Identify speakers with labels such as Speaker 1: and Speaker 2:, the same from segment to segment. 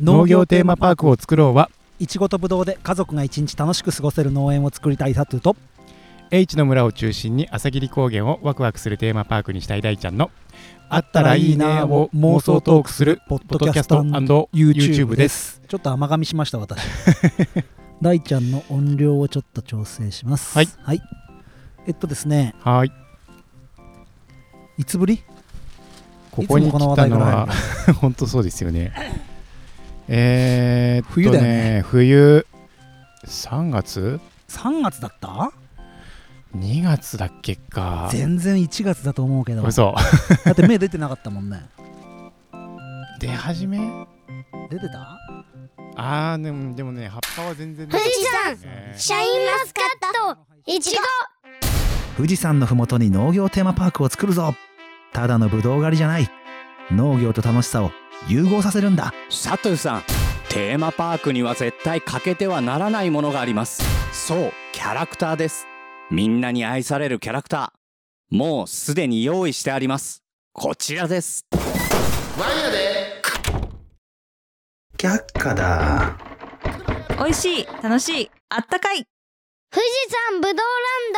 Speaker 1: 農業テーマパークを作ろうはい
Speaker 2: ちごとぶどうで家族が一日楽しく過ごせる農園を作りたいサトゥーと
Speaker 1: H の村を中心に朝霧高原をワクワクするテーマパークにしたい大ちゃんのあったらいいなを妄想トークする
Speaker 2: ポッ
Speaker 1: ポッドキャスト &YouTube です
Speaker 2: ちょっと甘噛みしまし た私大ちゃんの音量をちょっと調整します
Speaker 1: はい、
Speaker 2: えっとですね
Speaker 1: はい
Speaker 2: いつぶり
Speaker 1: ここに来た
Speaker 2: いつもこ
Speaker 1: の
Speaker 2: の話
Speaker 1: は 本当そうですよねえーっと
Speaker 2: 冬だよね
Speaker 1: 冬3月
Speaker 2: 3月だった
Speaker 1: 2月だっけか
Speaker 2: 全然1月だと思うけどだ
Speaker 1: 嘘
Speaker 2: って目出てなかったもんね
Speaker 1: 出始め
Speaker 2: 出てた
Speaker 1: あーでもでもね葉っぱは全然
Speaker 3: 富士山
Speaker 1: ね
Speaker 3: シャインマスカットいちご
Speaker 4: 富士山のふもとに農業テーマパークを作るぞただのぶどう狩りじゃない農業と楽しさを融合させるんだ
Speaker 5: サトゥさんテーマパークには絶対欠けてはならないものがありますそうキャラクターですみんなに愛されるキャラクターもうすでに用意してありますこちらです
Speaker 4: 却下だ
Speaker 6: 美味しい楽しいあったかい
Speaker 3: 富士山ぶどう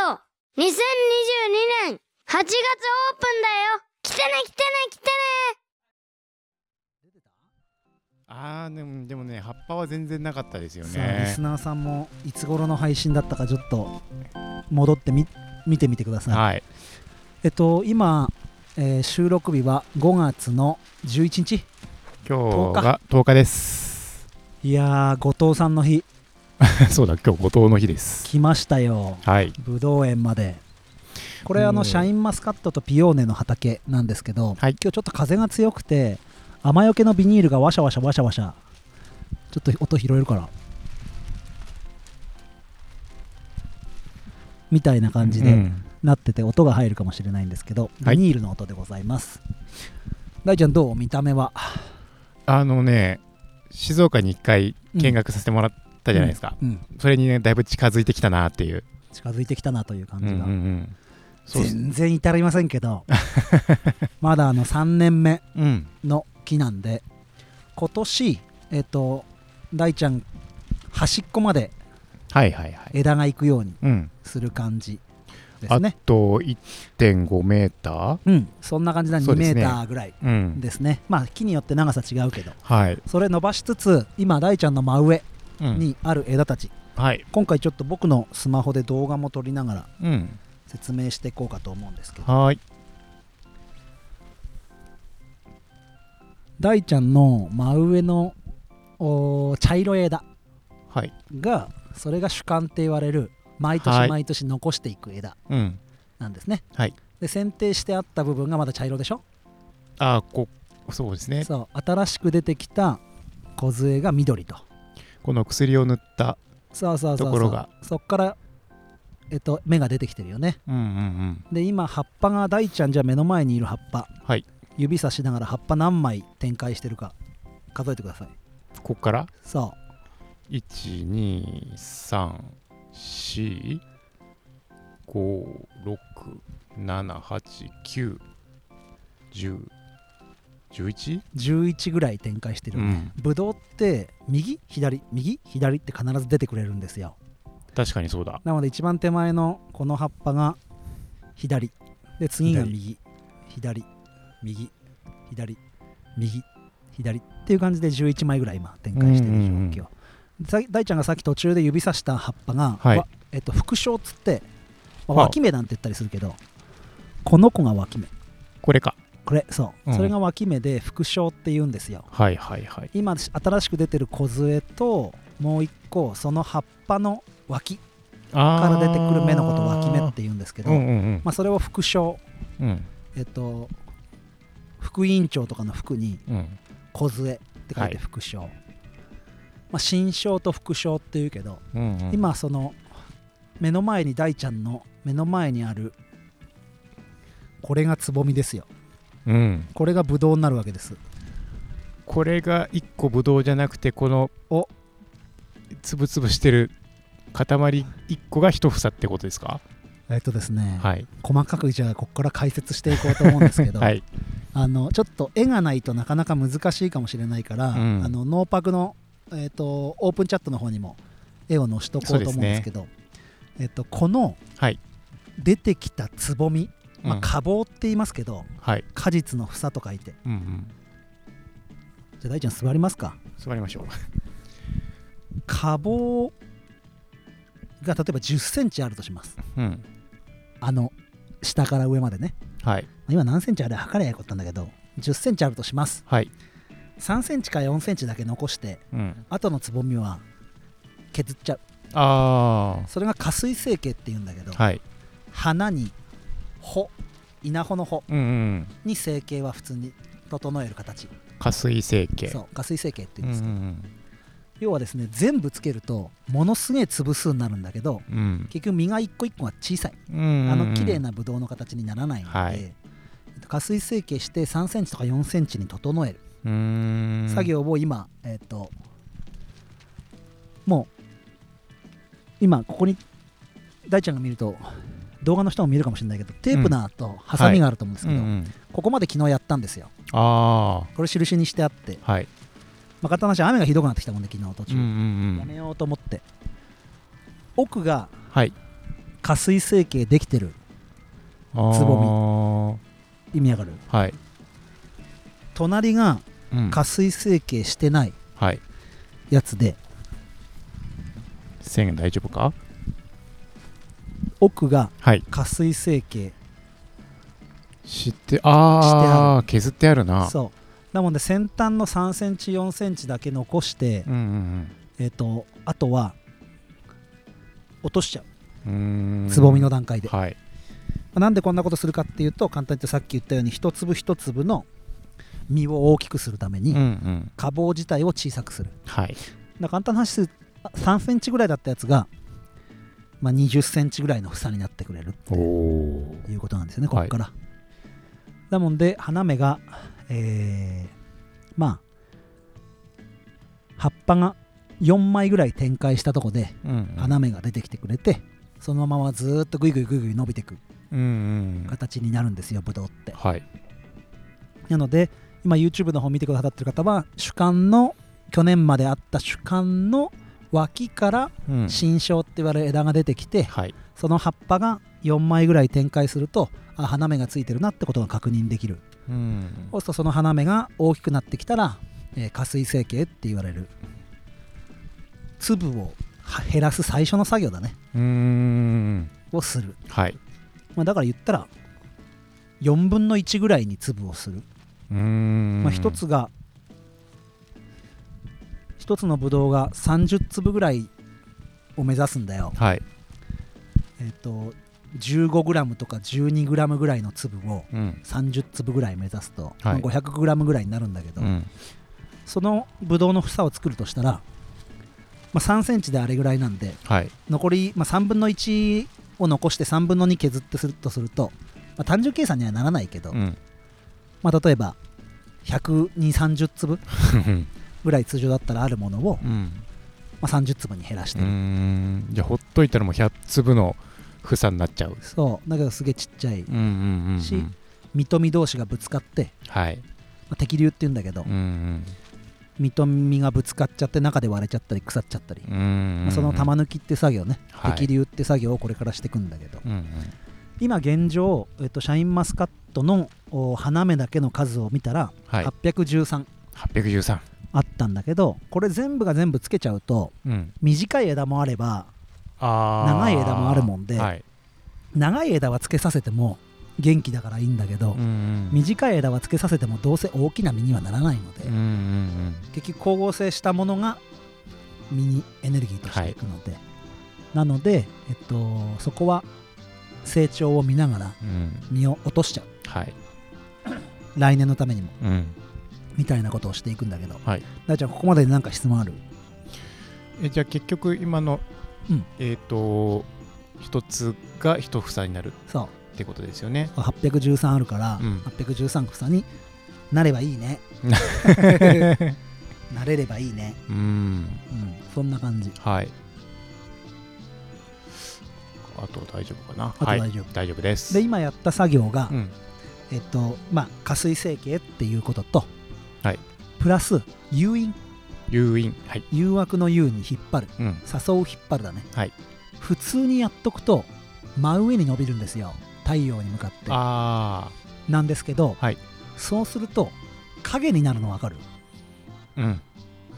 Speaker 3: ランド2022年8月オープンだよ来てね来てね来てね
Speaker 1: あーでもでもね葉っぱは全然なかったですよ
Speaker 2: さあリ
Speaker 1: ね
Speaker 2: スナーさんもいつ頃の配信だったかちょっと戻ってみ見てみてください、
Speaker 1: はい
Speaker 2: えっと今、えー収録日は5月の11日
Speaker 1: 今日が10日です
Speaker 2: いやー後藤さんの日
Speaker 1: そうだ今日後藤の日です
Speaker 2: 来ましたよ
Speaker 1: はい
Speaker 2: ぶどう園までこれあ
Speaker 1: う
Speaker 2: の
Speaker 1: ん
Speaker 2: シャインマスカットとピオーネの畑なんですけど、
Speaker 1: は
Speaker 2: 今
Speaker 1: い
Speaker 2: 日ちょっと風が強くて雨よけのビニールがワシャワシャワシャワシャちょっと音拾えるからみたいな感じで、
Speaker 1: うん
Speaker 2: なってて音が入るかもしれないんですけど、
Speaker 1: はい
Speaker 2: ビニールの音でございます大ちゃんどう見た目は
Speaker 1: あのね静岡に一回見学させてもらったじゃないですか、
Speaker 2: うん
Speaker 1: それにねだいぶ近づいてきたなっていう、
Speaker 2: 近づいてきたなという感
Speaker 1: うん
Speaker 2: じ
Speaker 1: う
Speaker 2: が、
Speaker 1: んうん、そうです
Speaker 2: 全然至りませんけ どまだあの3年目
Speaker 1: うん
Speaker 2: の木なんで今年えっ、と大ちゃん端っこまで
Speaker 1: はいはいはい、
Speaker 2: 枝が行くように
Speaker 1: うん、
Speaker 2: する感じで
Speaker 1: あ
Speaker 2: すね
Speaker 1: と1.5メーター
Speaker 2: うんそんな感じだ2
Speaker 1: そうで
Speaker 2: メ
Speaker 1: す
Speaker 2: ー
Speaker 1: ね
Speaker 2: ターぐらい
Speaker 1: うん
Speaker 2: ですねまあ木によって長さ違うけど
Speaker 1: はい、
Speaker 2: それ伸ばしつつ今大ちゃんの真上
Speaker 1: うん
Speaker 2: にある枝たち
Speaker 1: はい、
Speaker 2: 今回ちょっと僕のスマホで動画も撮りながら
Speaker 1: うん、
Speaker 2: 説明していこうかと思うんですけど
Speaker 1: はい
Speaker 2: 大ちゃんの真上のおー茶色い枝
Speaker 1: はい
Speaker 2: がそれが主幹って言われる毎
Speaker 1: は
Speaker 2: 年
Speaker 1: い
Speaker 2: 毎年残していく枝
Speaker 1: うん
Speaker 2: なんですね、
Speaker 1: はい
Speaker 2: で剪定してあった部分がまだ茶色でしょ
Speaker 1: あこそうですね
Speaker 2: そう新しく出てきた梢が緑と
Speaker 1: この薬を塗った
Speaker 2: そうそうそうそう
Speaker 1: ところが
Speaker 2: そっからえっと芽が出てきてるよね
Speaker 1: うんうんうん
Speaker 2: で今葉っぱが大ちゃんじゃあ目の前にいる葉っぱ
Speaker 1: はい
Speaker 2: 指さしながら葉っぱ何枚展開してるか数えてください
Speaker 1: ここから
Speaker 2: そ
Speaker 1: 1 2 3 4 5 6 7 8 9 1 0 1
Speaker 2: う11ぐらい展開してる、
Speaker 1: うん、
Speaker 2: ブドウって右左右左って必ず出てくれるんですよ
Speaker 1: 確かにそうだ
Speaker 2: なので一番手前のこの葉っぱが左で次が右左右左右左っていう感じで11枚ぐらい今展開してる状況、
Speaker 1: うんうん
Speaker 2: さ大ちゃんがさっき途中で指さした葉っぱが、
Speaker 1: はい
Speaker 2: わえっと、副賞つって、まあ
Speaker 1: はあ
Speaker 2: 脇芽なんて言ったりするけどこの子が脇芽
Speaker 1: これか
Speaker 2: これそう、
Speaker 1: うん
Speaker 2: それが脇芽で副賞って言うんですよ
Speaker 1: はいはいはい
Speaker 2: 今新しく出てる梢ともう一個その葉っぱの脇から出てくる芽のことを脇芽って言うんですけど、
Speaker 1: うんうんうん、
Speaker 2: まあ、それを副賞
Speaker 1: うん
Speaker 2: えっと副委員長とかの副に
Speaker 1: うん
Speaker 2: 「梢」って書い
Speaker 1: は
Speaker 2: て
Speaker 1: い
Speaker 2: 副賞、まあ、新賞と副賞っていうけど、
Speaker 1: うんうん、
Speaker 2: 今その目の前に大ちゃんの目の前にあるこれがつぼみですよ
Speaker 1: うん、
Speaker 2: これがブドウになるわけです
Speaker 1: これが1個ぶどうじゃなくてこの
Speaker 2: お
Speaker 1: つぶつぶしてる塊1個が1房ってことですか
Speaker 2: えっとですね、
Speaker 1: はい
Speaker 2: 細かくじゃあここから解説していこうと思うんですけど、
Speaker 1: はい
Speaker 2: あのちょっと絵がないとなかなか難しいかもしれないから、
Speaker 1: うん
Speaker 2: あのノーパクの、えー、とオープンチャットの方にも絵を載しとこうと思うんですけどえっとこの
Speaker 1: はい
Speaker 2: 出てきたつぼみ、
Speaker 1: うん
Speaker 2: まあ、花房って言いますけど
Speaker 1: はい、
Speaker 2: 果実の房と書いて
Speaker 1: うんうん、
Speaker 2: じゃあ大ちゃん座りますか
Speaker 1: 座りましょう
Speaker 2: 花房が例えば1 0センチあるとします
Speaker 1: うん
Speaker 2: あの下から上までね
Speaker 1: はい
Speaker 2: 今何センチあれ測れやよかったんだけど1 0ンチあるとします
Speaker 1: はい、
Speaker 2: 3センチか4センチだけ残して
Speaker 1: うん、
Speaker 2: 後のつぼみは削っちゃう
Speaker 1: あ
Speaker 2: それが下水成形っていうんだけど、
Speaker 1: あはい
Speaker 2: 花に穂稲穂の穂
Speaker 1: うんうん
Speaker 2: に成形は普通に整える形
Speaker 1: 加水成形
Speaker 2: そう下水成形って
Speaker 1: う
Speaker 2: いうんんで
Speaker 1: う
Speaker 2: すけど、
Speaker 1: ん
Speaker 2: 要はですね全部つけるとものすげえ粒数になるんだけど
Speaker 1: うん
Speaker 2: 結局実が一個一個が小さい、
Speaker 1: うんうん
Speaker 2: あの綺麗なブドウの形にならないので、
Speaker 1: はい
Speaker 2: えっと下水成形して3センチとか4センチに整える
Speaker 1: うーん
Speaker 2: 作業を今、えっ、と、もう、今、ここに、大ちゃんが見ると、動画の人も見るかもしれないけど、テープナーとハサミがあると思うんです
Speaker 1: うん
Speaker 2: け
Speaker 1: う
Speaker 2: ど、
Speaker 1: ん、
Speaker 2: ここまで昨日やったんですよ。
Speaker 1: あ
Speaker 2: これ、印にしてあって、
Speaker 1: あはい
Speaker 2: まあ、片話、雨がひどくなってきたもんね、昨日途
Speaker 1: う
Speaker 2: 中。
Speaker 1: んうんう
Speaker 2: や
Speaker 1: ん
Speaker 2: めようと思って。奥が
Speaker 1: はい
Speaker 2: 下水成形できてる。つぼ意味わかる
Speaker 1: みはい
Speaker 2: 隣が
Speaker 1: うん
Speaker 2: 下水成形してない
Speaker 1: はい
Speaker 2: やつで、
Speaker 1: 線大丈夫か
Speaker 2: 奥が
Speaker 1: はい
Speaker 2: 下水成形
Speaker 1: 知ってああ削ってあるな
Speaker 2: そうなので先端の3センチ4センチだけ残して、
Speaker 1: うんうん
Speaker 2: えっ、とあとは落としちゃ
Speaker 1: うんうーん
Speaker 2: うつぼみの段階で、
Speaker 1: はい
Speaker 2: なんでこんなことするかっていうと簡単に言ってさっき言ったように一粒一粒の実を大きくするため
Speaker 1: う
Speaker 2: に、
Speaker 1: んうん
Speaker 2: 花房自体を小さくする
Speaker 1: はい
Speaker 2: だから簡単な話するあ3センチぐらいだったやつが、まあ、20センチぐらいの房になってくれる
Speaker 1: おお
Speaker 2: いうことなんですよね、こ
Speaker 1: はい
Speaker 2: こから。だもんで、花芽が、えーまあ、葉っぱが4枚ぐらい展開したとこで、花芽が出てきてくれて、そのままずーっとぐいぐいぐいぐい伸びていく
Speaker 1: うんうん
Speaker 2: 形になるんですよ、ぶどうって。
Speaker 1: はい
Speaker 2: なので、今 YouTube の方見てくださってる方は、主幹の、去年まであった主幹の脇から
Speaker 1: うん
Speaker 2: 新梢って言われる枝が出てきて、
Speaker 1: はい
Speaker 2: その葉っぱが4枚ぐらい展開するとあ花芽がついてるなってことが確認できる
Speaker 1: うん
Speaker 2: そうするとその花芽が大きくなってきたら、えー、下水成形って言われる粒をは減らす最初の作業だね
Speaker 1: うーん
Speaker 2: をする、
Speaker 1: はい
Speaker 2: まあ、だから言ったら4分の1ぐらいに粒をする、
Speaker 1: うーん
Speaker 2: まあ、1つが1つのブドウが30粒ぐらいを目指すんだよ
Speaker 1: はい
Speaker 2: えっ、と 15g とか 12g ぐらいの粒を
Speaker 1: うん
Speaker 2: 30粒ぐらい目指すと、まあ
Speaker 1: はい
Speaker 2: 500g ぐらいになるんだけど、
Speaker 1: うん
Speaker 2: そのブドウの房を作るとしたら、まあ、3センチであれぐらいなんで
Speaker 1: はい
Speaker 2: 残り、まあ、3分の1を残して3分の2削ってするとすると、まあ、単純計算にはならないけど、
Speaker 1: うん
Speaker 2: まあ、例えば12030粒
Speaker 1: うん
Speaker 2: ぐらい通常だったらあるものを、
Speaker 1: うん
Speaker 2: まあ、30粒に減らし
Speaker 1: う
Speaker 2: て
Speaker 1: ー
Speaker 2: る、
Speaker 1: んじゃあほっといたらもう100粒の房になっちゃう
Speaker 2: そうだけどすげえちっちゃい
Speaker 1: うんうんうんうん
Speaker 2: し実と実同士がぶつかって、
Speaker 1: はい
Speaker 2: まあ、敵流って言うんだけど、
Speaker 1: うん
Speaker 2: 実と実がぶつかっちゃって中で割れちゃったり腐っちゃったり
Speaker 1: うんうんうん
Speaker 2: その玉抜きって作業ね、
Speaker 1: はい
Speaker 2: 適流って作業をこれからしていくんだけど、
Speaker 1: うんうん
Speaker 2: 今現状、えっと、シャインマスカットのお花芽だけの数を見たら、
Speaker 1: はい
Speaker 2: 813
Speaker 1: 813
Speaker 2: あったんだけどこれ全部が全部つけちゃうと
Speaker 1: うん
Speaker 2: 短い枝もあれば
Speaker 1: あー
Speaker 2: 長い枝もあるもんで
Speaker 1: はい
Speaker 2: 長い枝はつけさせても元気だからいいんだけど、
Speaker 1: うんうん
Speaker 2: 短い枝はつけさせてもどうせ大きな実にはならないので、
Speaker 1: うんうん
Speaker 2: 結局光合成したものがミニエネルギーとしていくので、なので、えっと、そこは成長を見ながら
Speaker 1: うんうん
Speaker 2: 実を落としちゃう
Speaker 1: はい
Speaker 2: 来年のためにも
Speaker 1: うん
Speaker 2: みたいなことをしていくんだけど、
Speaker 1: はい
Speaker 2: 大ちゃんここまでで何か質問ある
Speaker 1: えじゃあ結局今の
Speaker 2: うん
Speaker 1: えっと一つが一房になる
Speaker 2: そう
Speaker 1: ってことですよね
Speaker 2: 813あるから、
Speaker 1: うん
Speaker 2: 813房になればいい ねなれればいいね、
Speaker 1: うん
Speaker 2: うん、そんな感じ
Speaker 1: はいあと大丈夫かな
Speaker 2: あと
Speaker 1: はい
Speaker 2: 大丈夫
Speaker 1: 大丈夫です
Speaker 2: で今やった作業が、
Speaker 1: うん
Speaker 2: えっとまあ加水成形っていうことと、
Speaker 1: はい
Speaker 2: プラス誘引
Speaker 1: 誘引はい
Speaker 2: 誘惑の誘に引っ張る
Speaker 1: うん
Speaker 2: 誘う引っ張るだね、
Speaker 1: はい
Speaker 2: 普通にやっとくと真上に伸びるんですよ太陽に向かって
Speaker 1: あ
Speaker 2: なんですけど、
Speaker 1: はい
Speaker 2: そうすると影になるの分かる
Speaker 1: あうん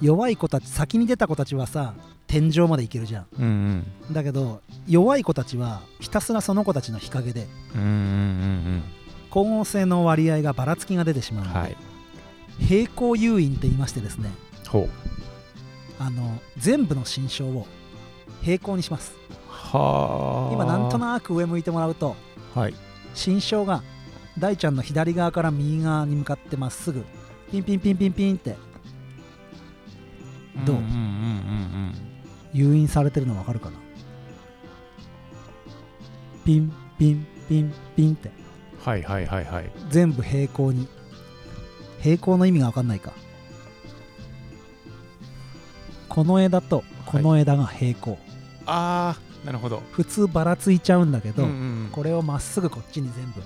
Speaker 2: 弱い子たち先に出た子たちはさ天井まで行けるじゃん
Speaker 1: うんうん
Speaker 2: だけど弱い子たちはひたすらその子たちの日陰で
Speaker 1: うんうん
Speaker 2: 光合成の割合がばらつきが出てしまう
Speaker 1: うん
Speaker 2: ので、
Speaker 1: はい
Speaker 2: 平行誘引って言いましてですね
Speaker 1: ほう
Speaker 2: あの全部の心象を平行にします
Speaker 1: はあ
Speaker 2: 今なんとなく上向いてもらうと
Speaker 1: はい
Speaker 2: 心象が大ちゃんの左側から右側に向かってまっすぐピンピンピンピンピンってどうん
Speaker 1: うんうん
Speaker 2: 誘引されてるの分かるかなピンピンピンピンって
Speaker 1: うんはいはいはいはい
Speaker 2: 全部平行に平行の意味が分かんないかこの枝とこの枝が平行、
Speaker 1: ああなるほど
Speaker 2: 普通ばらついちゃうんだけど、
Speaker 1: うんうん
Speaker 2: これをまっすぐこっちに全部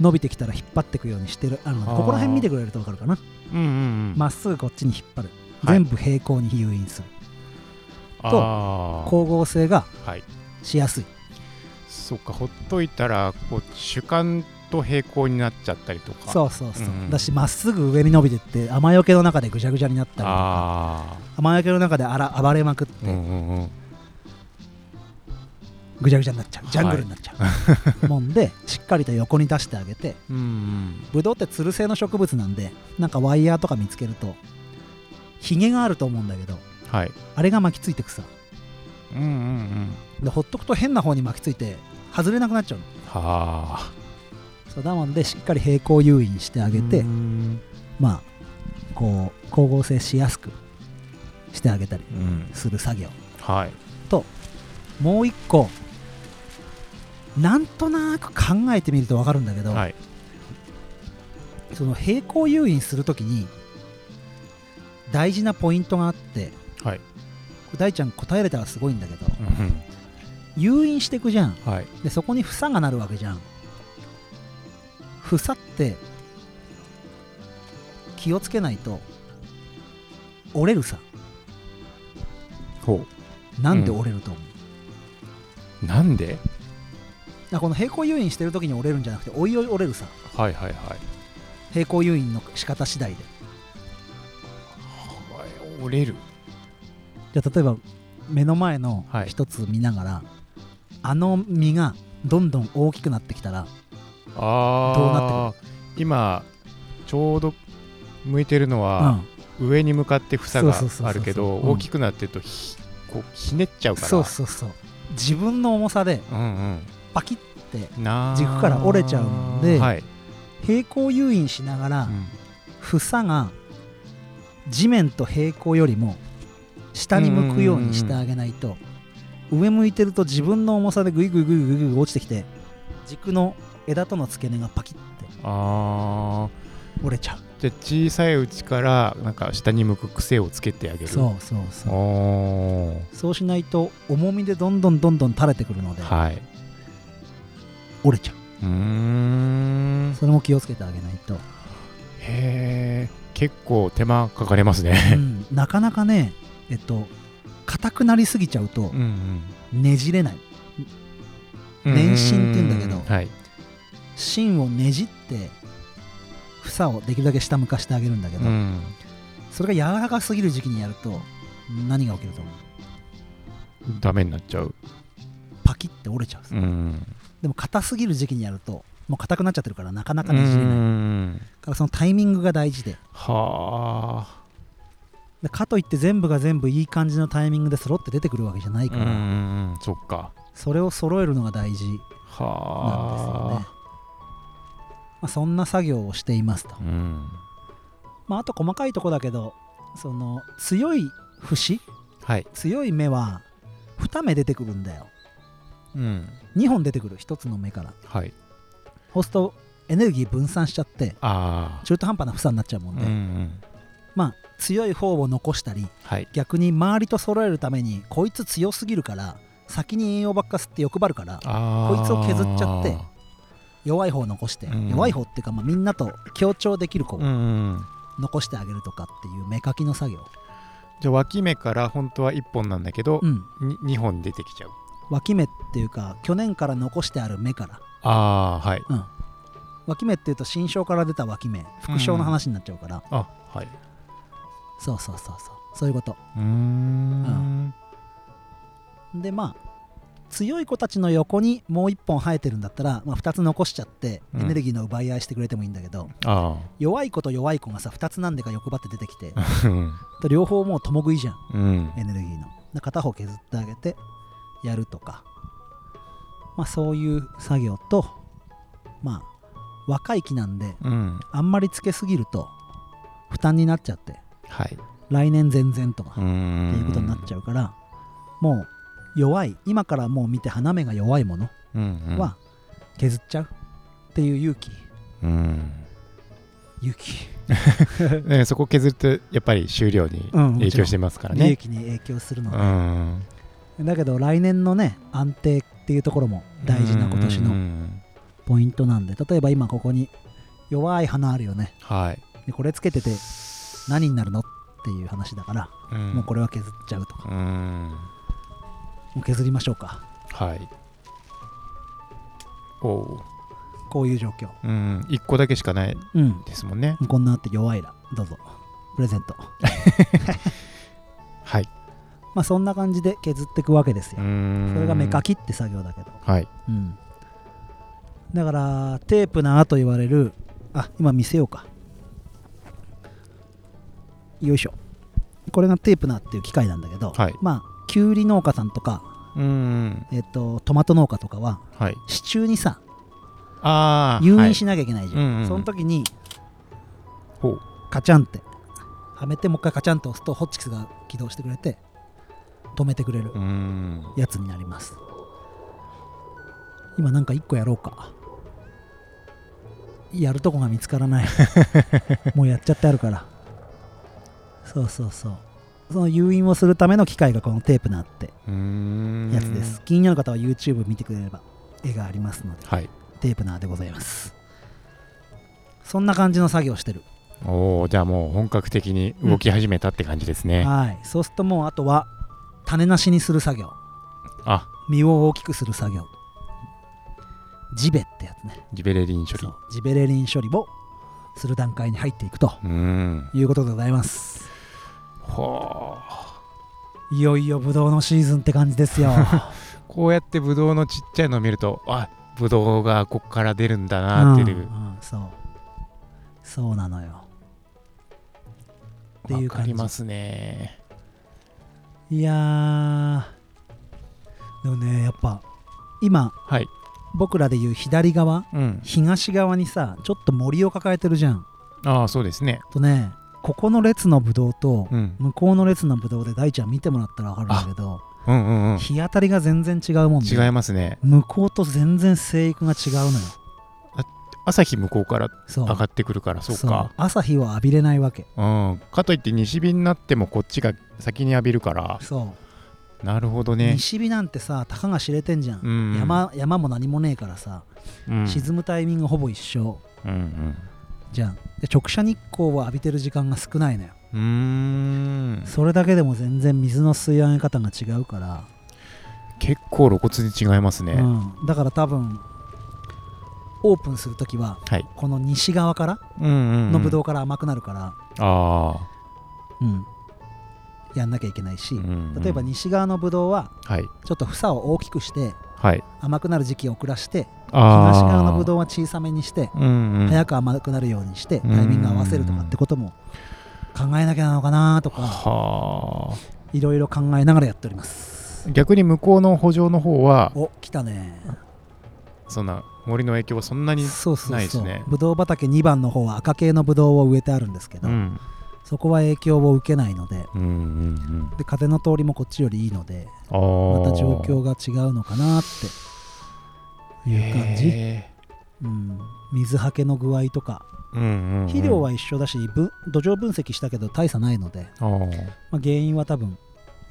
Speaker 2: 伸びてきたら引っ張っていくようにしてるあの
Speaker 1: あー
Speaker 2: ここら辺見てくれると分かるかな
Speaker 1: うんうんうん
Speaker 2: まっすぐこっちに引っ張る、
Speaker 1: はい
Speaker 2: 全部平行に誘引すると
Speaker 1: あー
Speaker 2: 光合成が
Speaker 1: はい
Speaker 2: しやすい
Speaker 1: そっかほっといたらこう主観と平行になっちゃったりとかう
Speaker 2: そうそうそう、
Speaker 1: んうん
Speaker 2: だしまっすぐ上に伸びてって雨よけの中でぐちゃぐちゃになったり
Speaker 1: あ
Speaker 2: 雨よけの中であら暴れまくっ
Speaker 1: あう
Speaker 2: て
Speaker 1: んうんうん
Speaker 2: ぐちゃぐちゃになっちゃうジャングルになっちゃう、 もんでしっかりと横に出してあげて
Speaker 1: うんうん
Speaker 2: ブドウってつる性の植物なんでなんかワイヤーとか見つけるとヒゲがあると思うんだけど
Speaker 1: はい
Speaker 2: あれが巻きついてくさ
Speaker 1: うんうんうん
Speaker 2: でほっとくと変な方に巻きついて外れなくなっちゃうの
Speaker 1: はあ
Speaker 2: そうだもんでしっかり平行誘引してあげて、
Speaker 1: うん
Speaker 2: まあこう光合成しやすくしてあげたり
Speaker 1: うん
Speaker 2: する作業
Speaker 1: はい
Speaker 2: もう一個なんとなく考えてみると分かるんだけど、
Speaker 1: はい
Speaker 2: その平行誘引するときに大事なポイントがあって、
Speaker 1: はい
Speaker 2: 大ちゃん答えれたらすごいんだけど、
Speaker 1: うんうん
Speaker 2: 誘引していくじゃん
Speaker 1: はい
Speaker 2: でそこに房がなるわけじゃん房って気をつけないと折れるさ
Speaker 1: ほ
Speaker 2: なんで折れると思う、
Speaker 1: うなんで
Speaker 2: あこの平行誘引してる時に折れるんじゃなくておいおい折れるさ
Speaker 1: はいはいはい
Speaker 2: 平行誘引の仕方次第で
Speaker 1: はい折れる
Speaker 2: じゃあ例えば目の前の
Speaker 1: はい
Speaker 2: 一つ見ながら、あの実がどんどん大きくなってきたら
Speaker 1: ああ
Speaker 2: どうな
Speaker 1: って今ちょうど向いてるの
Speaker 2: う
Speaker 1: は、
Speaker 2: ん
Speaker 1: 上に向かって房が
Speaker 2: そうそうそうそう
Speaker 1: あるけど
Speaker 2: うん
Speaker 1: 大きくなってるとひこうひねっちゃうから
Speaker 2: そうそうそう自分の重さで
Speaker 1: うん
Speaker 2: パキって
Speaker 1: うん、なー
Speaker 2: 軸から折れちゃうんで
Speaker 1: はい
Speaker 2: 平行誘引しながら
Speaker 1: うん
Speaker 2: 房が地面と平行よりも下に向くようにしてあげないと上向いてると自分の重さでグイグイグイグイグイ落ちてきて軸の枝との付け根がパキッて
Speaker 1: あ
Speaker 2: 折れちゃう
Speaker 1: ーじゃあ小さいうちからなんか下に向く癖をつけてあげる
Speaker 2: そうそうそう
Speaker 1: おー
Speaker 2: そうしないと重みでどんどんどんどん垂れてくるので
Speaker 1: はいう
Speaker 2: 折れちゃう
Speaker 1: ーん
Speaker 2: それも気をつけてあげないと、
Speaker 1: へえ結構手間かかります
Speaker 2: う
Speaker 1: ね
Speaker 2: ん、なかなかねえっと硬くなりすぎちゃうと
Speaker 1: うん
Speaker 2: ねじれない
Speaker 1: うん
Speaker 2: 年心って言うんだけど
Speaker 1: はい
Speaker 2: 芯をねじって房をできるだけ下向かしてあげるんだけど、
Speaker 1: うん
Speaker 2: それが柔らかすぎる時期にやると何が起きると思う
Speaker 1: ダメになっちゃう
Speaker 2: パキッて折れちゃう、
Speaker 1: うん
Speaker 2: でも硬すぎる時期にやるともう硬くなっちゃってるからなかなか
Speaker 1: う
Speaker 2: ねじれない、だ
Speaker 1: ん
Speaker 2: からそのタイミングが大事で
Speaker 1: はあ
Speaker 2: でかといって全部が全部いい感じのタイミングで揃って出てくるわけじゃないから、
Speaker 1: うんそっか
Speaker 2: それを揃えるのが大事なんですよね
Speaker 1: はあ、
Speaker 2: まあ、そんな作業をしていますと、
Speaker 1: うん
Speaker 2: まあ、あと細かいとこだけどその強い節
Speaker 1: はい
Speaker 2: 強い目は2目出てくるんだよ
Speaker 1: うん
Speaker 2: 2本出てくる1つの目から
Speaker 1: はい
Speaker 2: そうするとエネルギー分散しちゃって
Speaker 1: あ
Speaker 2: 中途半端な負になっちゃうもん
Speaker 1: あ
Speaker 2: で、
Speaker 1: うん
Speaker 2: まあ強い方を残したり
Speaker 1: はい
Speaker 2: 逆に周りと揃えるためにこいつ強すぎるから先に栄養ばっか吸って欲張るから
Speaker 1: あ
Speaker 2: こいつを削っちゃって弱い方を残して、
Speaker 1: うん
Speaker 2: 弱い方っていうか、まあ、みんなと協調できる子を
Speaker 1: うんうん
Speaker 2: 残してあげるとかっていう目かきの作業、
Speaker 1: じゃあ脇芽から本当は1本なんだけど、
Speaker 2: うん、
Speaker 1: に2本出てきちゃう
Speaker 2: 脇芽っていうか去年から残してある芽から
Speaker 1: ああはい
Speaker 2: 脇芽っていうと新章から出た脇芽副章の話になっちゃうから、
Speaker 1: あはい
Speaker 2: そうそうそうそうそういうこと
Speaker 1: うーん
Speaker 2: でまあ強い子たちの横にもう1本生えてるんだったら、まあ、2つ残しちゃって
Speaker 1: うん
Speaker 2: エネルギーの奪い合いしてくれてもいいんだけど、
Speaker 1: あ
Speaker 2: 弱い子と弱い子がさ2つなんでか欲張って出てきて
Speaker 1: あうん
Speaker 2: と両方もう共食いじゃん
Speaker 1: うん
Speaker 2: エネルギーので片方削ってあげてやるとかまあそういう作業とまあ若い木なんで
Speaker 1: うん
Speaker 2: あんまりつけすぎると負担になっちゃって
Speaker 1: はい
Speaker 2: 来年全然とか
Speaker 1: う
Speaker 2: っ
Speaker 1: ん
Speaker 2: ていうことになっちゃうからもう弱い今からもう見て花芽が弱いもの
Speaker 1: うんうん
Speaker 2: は削っちゃうっていう勇気
Speaker 1: うん
Speaker 2: 勇気
Speaker 1: ねそこ削るとやっぱり終了に
Speaker 2: うん
Speaker 1: 影響してますから
Speaker 2: 利
Speaker 1: ね
Speaker 2: 益に影響する
Speaker 1: う
Speaker 2: ので
Speaker 1: ん
Speaker 2: だけど来年のね安定っていうところも大事な今年
Speaker 1: うんう
Speaker 2: の
Speaker 1: ん
Speaker 2: ポイントなんで例えば今ここに弱い花あるよね
Speaker 1: はい
Speaker 2: でこれつけてて何になるのっていう話だから
Speaker 1: うん
Speaker 2: もうこれは削っちゃうとか
Speaker 1: うん
Speaker 2: もう削りましょうか
Speaker 1: はいおお
Speaker 2: こういう状況
Speaker 1: ううん1個だけしかない
Speaker 2: うん
Speaker 1: ですもんね
Speaker 2: こんなあって弱いらどうぞプレゼント
Speaker 1: はい
Speaker 2: まあそんな感じで削っていくわけです
Speaker 1: う
Speaker 2: よ。
Speaker 1: ん
Speaker 2: それが目かきって作業だけど。
Speaker 1: はい
Speaker 2: うん。だから、テープなと言われる、あ、今見せようか。よいしょ。これがテープなっていう機械なんだけど、
Speaker 1: はい
Speaker 2: まあ、きゅうり農家さんとか、
Speaker 1: うん
Speaker 2: えっ、と、トマト農家とかは、
Speaker 1: はい
Speaker 2: 支柱にさ、
Speaker 1: ああ
Speaker 2: 誘引しなきゃいけないじゃん。
Speaker 1: うんうん
Speaker 2: その時に、
Speaker 1: ほう
Speaker 2: カチャンって、はめて、もう一回カチャンと押すと、ホッチキスが起動してくれて、止めてくれる。
Speaker 1: うん
Speaker 2: やつになります今なんか1個やろうかやるとこが見つからないもうやっちゃってあるからそうそうそうその誘引をするための機械がこのテープなって
Speaker 1: うーん
Speaker 2: やつです気になる方は YouTube 見てくれれば絵がありますので
Speaker 1: はい
Speaker 2: テープナーでございますそんな感じの作業してる
Speaker 1: おおじゃあもう本格的に動き始めたって感じですね、
Speaker 2: はいそうするともうあとは種なしにする作業
Speaker 1: あ
Speaker 2: 実を大きくする作業ジベってやつね
Speaker 1: ジベレリン処理
Speaker 2: そうジベレリン処理をする段階に入っていくと
Speaker 1: うーん
Speaker 2: いうことでございます
Speaker 1: ほー
Speaker 2: いよいよブドウのシーズンって感じです よ
Speaker 1: こうやってブドウのちっちゃいのを見るとあブドウがここから出るんだなっていう、
Speaker 2: うんうんそうそうなのよって
Speaker 1: わ
Speaker 2: いう
Speaker 1: か
Speaker 2: 感じ
Speaker 1: りますね
Speaker 2: いやーでもねやっぱ今
Speaker 1: はい
Speaker 2: 僕らでいう左側
Speaker 1: うん
Speaker 2: 東側にさちょっと森を抱えてるじゃん
Speaker 1: ああそうですね
Speaker 2: とねここの列のブドウと
Speaker 1: うん
Speaker 2: 向こうの列のブドウで大ちゃん見てもらったら分かるんだけど
Speaker 1: うんうんうん
Speaker 2: 日当たりが全然違うもん
Speaker 1: 違
Speaker 2: ね
Speaker 1: いますね
Speaker 2: 向こうと全然生育が違うのよ
Speaker 1: 朝日向こうから
Speaker 2: そう
Speaker 1: 上がってくるからそうか
Speaker 2: 朝日は浴びれないわけ
Speaker 1: うんかといって西日になってもこっちが先に浴びるから
Speaker 2: そ
Speaker 1: なるほど
Speaker 2: う、
Speaker 1: ね、
Speaker 2: 西日なんてさたかが知れてんじゃん、
Speaker 1: うん
Speaker 2: 山山も何もねえからさ、
Speaker 1: うん、
Speaker 2: 沈むタイミングほぼ一緒
Speaker 1: うん
Speaker 2: じゃんで直射日光を浴びてる時間が少ないのよ
Speaker 1: うんうーん
Speaker 2: それだけでも全然水の吸い上げ方が違うから、
Speaker 1: 結構露骨に違いますね、
Speaker 2: うん、だから多分オープンするときは
Speaker 1: はい
Speaker 2: この西側から
Speaker 1: うんうんうん
Speaker 2: のブドウから甘くなるから、
Speaker 1: ああ、
Speaker 2: うんやんなきゃいけないし、
Speaker 1: うんうん
Speaker 2: 例えば西側のブドウは
Speaker 1: はい
Speaker 2: ちょっと房を大きくして
Speaker 1: はい
Speaker 2: 甘くなる時期を遅らして
Speaker 1: ああ
Speaker 2: 東側のブドウは小さめにして
Speaker 1: ウうんうん
Speaker 2: 早く甘くなるようにして
Speaker 1: うん
Speaker 2: タイミング合わせるとかってことも考えなきゃなのかなとか
Speaker 1: はい
Speaker 2: ろいろ考えながらやっております
Speaker 1: あ逆に向こうの補助の方は
Speaker 2: お来たね
Speaker 1: そんな森の影響はそんなに
Speaker 2: そうそ
Speaker 1: な
Speaker 2: う
Speaker 1: いで
Speaker 2: そ
Speaker 1: す
Speaker 2: う、
Speaker 1: ね
Speaker 2: ブドウ畑2番の方は赤系のブドウを植えてあるんですけど、
Speaker 1: うん
Speaker 2: そこは影響を受けないので
Speaker 1: うんうんうん
Speaker 2: で風の通りもこっちよりいいので
Speaker 1: ああ
Speaker 2: また状況が違うのかなっていう感じ、
Speaker 1: へ
Speaker 2: うん、水はけの具合とか
Speaker 1: ーうんうんうん
Speaker 2: 肥料は一緒だしぶ土壌分析したけど大差ないので、
Speaker 1: あー
Speaker 2: まあ、原因は多分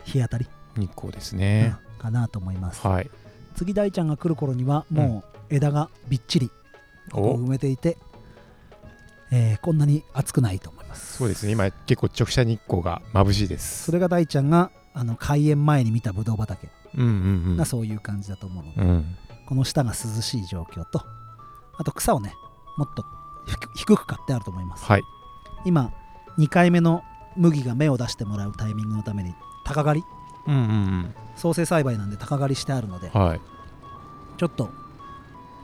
Speaker 2: 日当たり、
Speaker 1: 日光ですね、
Speaker 2: うんかなと思います
Speaker 1: はい
Speaker 2: 次大ちゃんが来る頃にはもう枝がびっちりを埋めていて、えーこんなに暑くないと思います
Speaker 1: そうですね今結構直射日光が眩しいです
Speaker 2: それが大ちゃんがあの開園前に見たブドウ畑
Speaker 1: うんうん
Speaker 2: がそういう感じだと思うので、
Speaker 1: うんうん
Speaker 2: この下が涼しい状況とあと草をねもっと低低く刈ってあると思います、
Speaker 1: はい
Speaker 2: 今2回目の麦が芽を出してもらうタイミングのために高刈り
Speaker 1: うんうん
Speaker 2: 創生栽培なんで高刈りしてあるので、
Speaker 1: うんはい
Speaker 2: ちょっと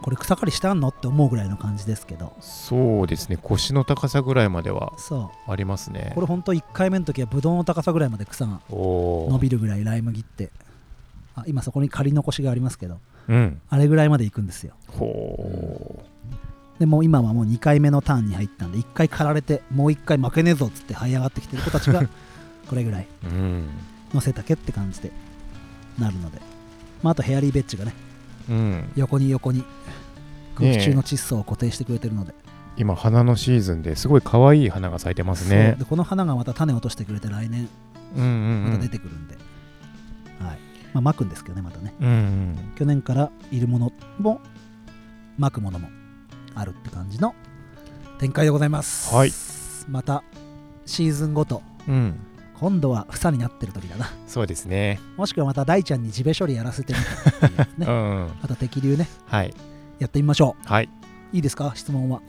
Speaker 2: これ草刈りしてあんのって思うぐらいの感じですけど
Speaker 1: そうですね腰の高さぐらいまでは
Speaker 2: そ
Speaker 1: あります
Speaker 2: う
Speaker 1: ね
Speaker 2: これほんと1回目の時はブドウの高さぐらいまで草が
Speaker 1: お
Speaker 2: 伸
Speaker 1: お
Speaker 2: びるぐらいライ麦ってあ今そこに刈り残しがありますけど
Speaker 1: うん
Speaker 2: あれぐらいまで行くんですよ
Speaker 1: ほ
Speaker 2: でもう今はもう2回目のターンに入ったんで1回刈られてもう1回負けねえぞっつって這い上がってきてる子たちがこれぐらいう
Speaker 1: うん
Speaker 2: 乗せたけって感じでなるので、まあ、あとヘアリーベッジがね
Speaker 1: うん
Speaker 2: 横に横に空気中の窒素を固定してくれてるので,
Speaker 1: 今花のシーズンですごい可愛い花が咲いてま
Speaker 2: そう、
Speaker 1: すね
Speaker 2: でこの花がまた種を落としてくれて来年
Speaker 1: うんうん
Speaker 2: ま
Speaker 1: う
Speaker 2: た
Speaker 1: ん
Speaker 2: 出てくるんで、はいまあ、巻くんですけどねまたね
Speaker 1: うんうん
Speaker 2: 去年からいるものも巻くものもあるって感じの展開でございます、
Speaker 1: はい
Speaker 2: またシーズンごと
Speaker 1: うん
Speaker 2: 今度は房になってる時だな
Speaker 1: そうですね
Speaker 2: もしくはまた大ちゃんに地べ処理やらせてみたっていうね
Speaker 1: うんうん
Speaker 2: また適流ね
Speaker 1: はい
Speaker 2: やってみましょ
Speaker 1: はい。
Speaker 2: ういいですか質問は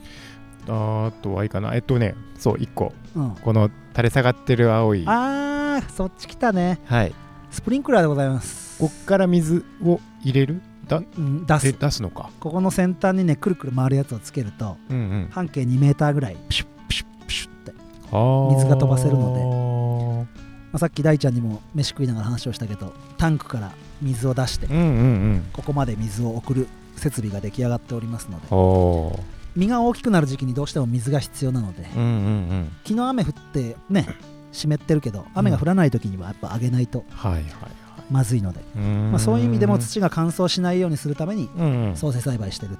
Speaker 1: あとはいいかな。えっとね、そう、1個。
Speaker 2: うん
Speaker 1: この垂れ下がってる青い。は
Speaker 2: あーそっち来たね
Speaker 1: い。
Speaker 2: スプリンクラーでございます
Speaker 1: こっから水を入れるだ
Speaker 2: うん、出
Speaker 1: え
Speaker 2: す
Speaker 1: 出すのか。
Speaker 2: ここの先端にねくるくる回るやつをつけると
Speaker 1: うんうん。
Speaker 2: 半径2メーターぐらいプシュップシュップシュッって、ま
Speaker 1: あー
Speaker 2: 水が飛ばせる
Speaker 1: の
Speaker 2: あ、さっき大ちゃんにも飯食いながら話をしたけどタンクから水を出して
Speaker 1: うんうん
Speaker 2: ここまで水を送る設備が出来上がっておりますので
Speaker 1: うん。おー
Speaker 2: 実が大きくなる時期にどうしても水が必要なので
Speaker 1: うんうんうん。
Speaker 2: 昨日雨降ってね湿ってるけど雨が降らない時にはやっぱ上げないと
Speaker 1: はいはいはい。
Speaker 2: まずいので、
Speaker 1: うーん
Speaker 2: まあ、そういう意味でも。土が乾燥しないようにするために
Speaker 1: うんうん。
Speaker 2: 創生栽培してるっ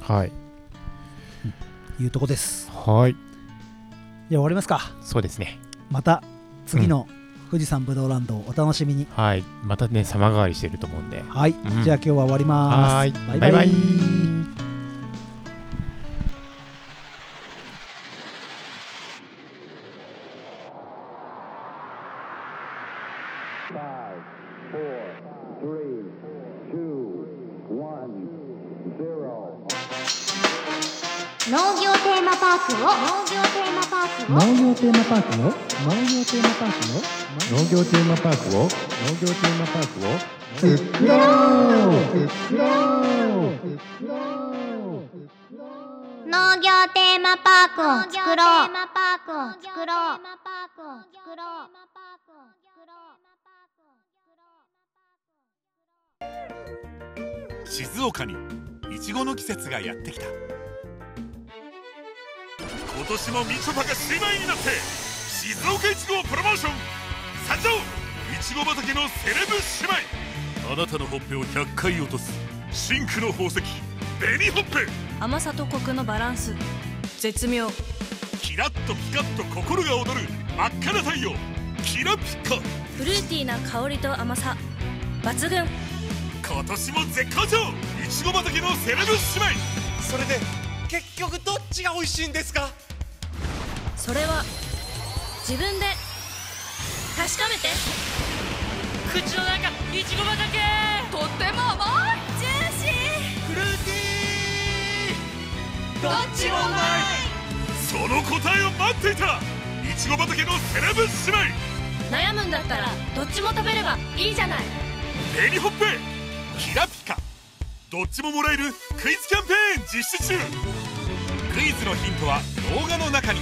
Speaker 1: はい。
Speaker 2: ていうとこです
Speaker 1: はい。
Speaker 2: じゃあ終わりますか
Speaker 1: そうですね。
Speaker 2: また次の富士山ぶどうランドをお楽しみに、
Speaker 1: はい。またね、様変わりしてると思うんで。
Speaker 2: はい、
Speaker 1: うん
Speaker 2: じゃあ今日は終わります
Speaker 1: はーい。バイバイ。
Speaker 7: Five, four, three, two, one, zero.
Speaker 3: 農業テーマパークを農業テーマパークを
Speaker 2: 業テーマパークを農業テーマパークを
Speaker 8: 農業テーマパークを農業テーマパークを
Speaker 3: 農業テーマパークを作ろう農業テーマパークを作ろう作ろう
Speaker 9: 静岡にいちごの季節がやってきた今年もみちょぱが姉妹になって静岡いちごをプロモーション参上いちご畑のセレブ姉妹あなたのほっぺを100回落とす真紅の宝石紅ほっぺ
Speaker 6: 甘さとコクのバランス絶妙
Speaker 9: キラッとピカッと心が躍る真っ赤な太陽キラピカ
Speaker 6: フルーティーな香りと甘さ抜群
Speaker 9: 今年も絶好調いちご畑のセレブ姉妹
Speaker 10: それで結局どっちが美味しいんですか
Speaker 6: それは自分で確かめて口の中いちご畑とっても甘いジューシー
Speaker 10: フルーティーどっちもうま
Speaker 9: その答えを待っていたいちご畑のセレブ姉妹
Speaker 6: 悩むんだったらどっちも食べればいいじゃない
Speaker 9: 紅ほっぺキラピカどっちももらえるクイズキャンペーン実施中クイズのヒントは動画の中に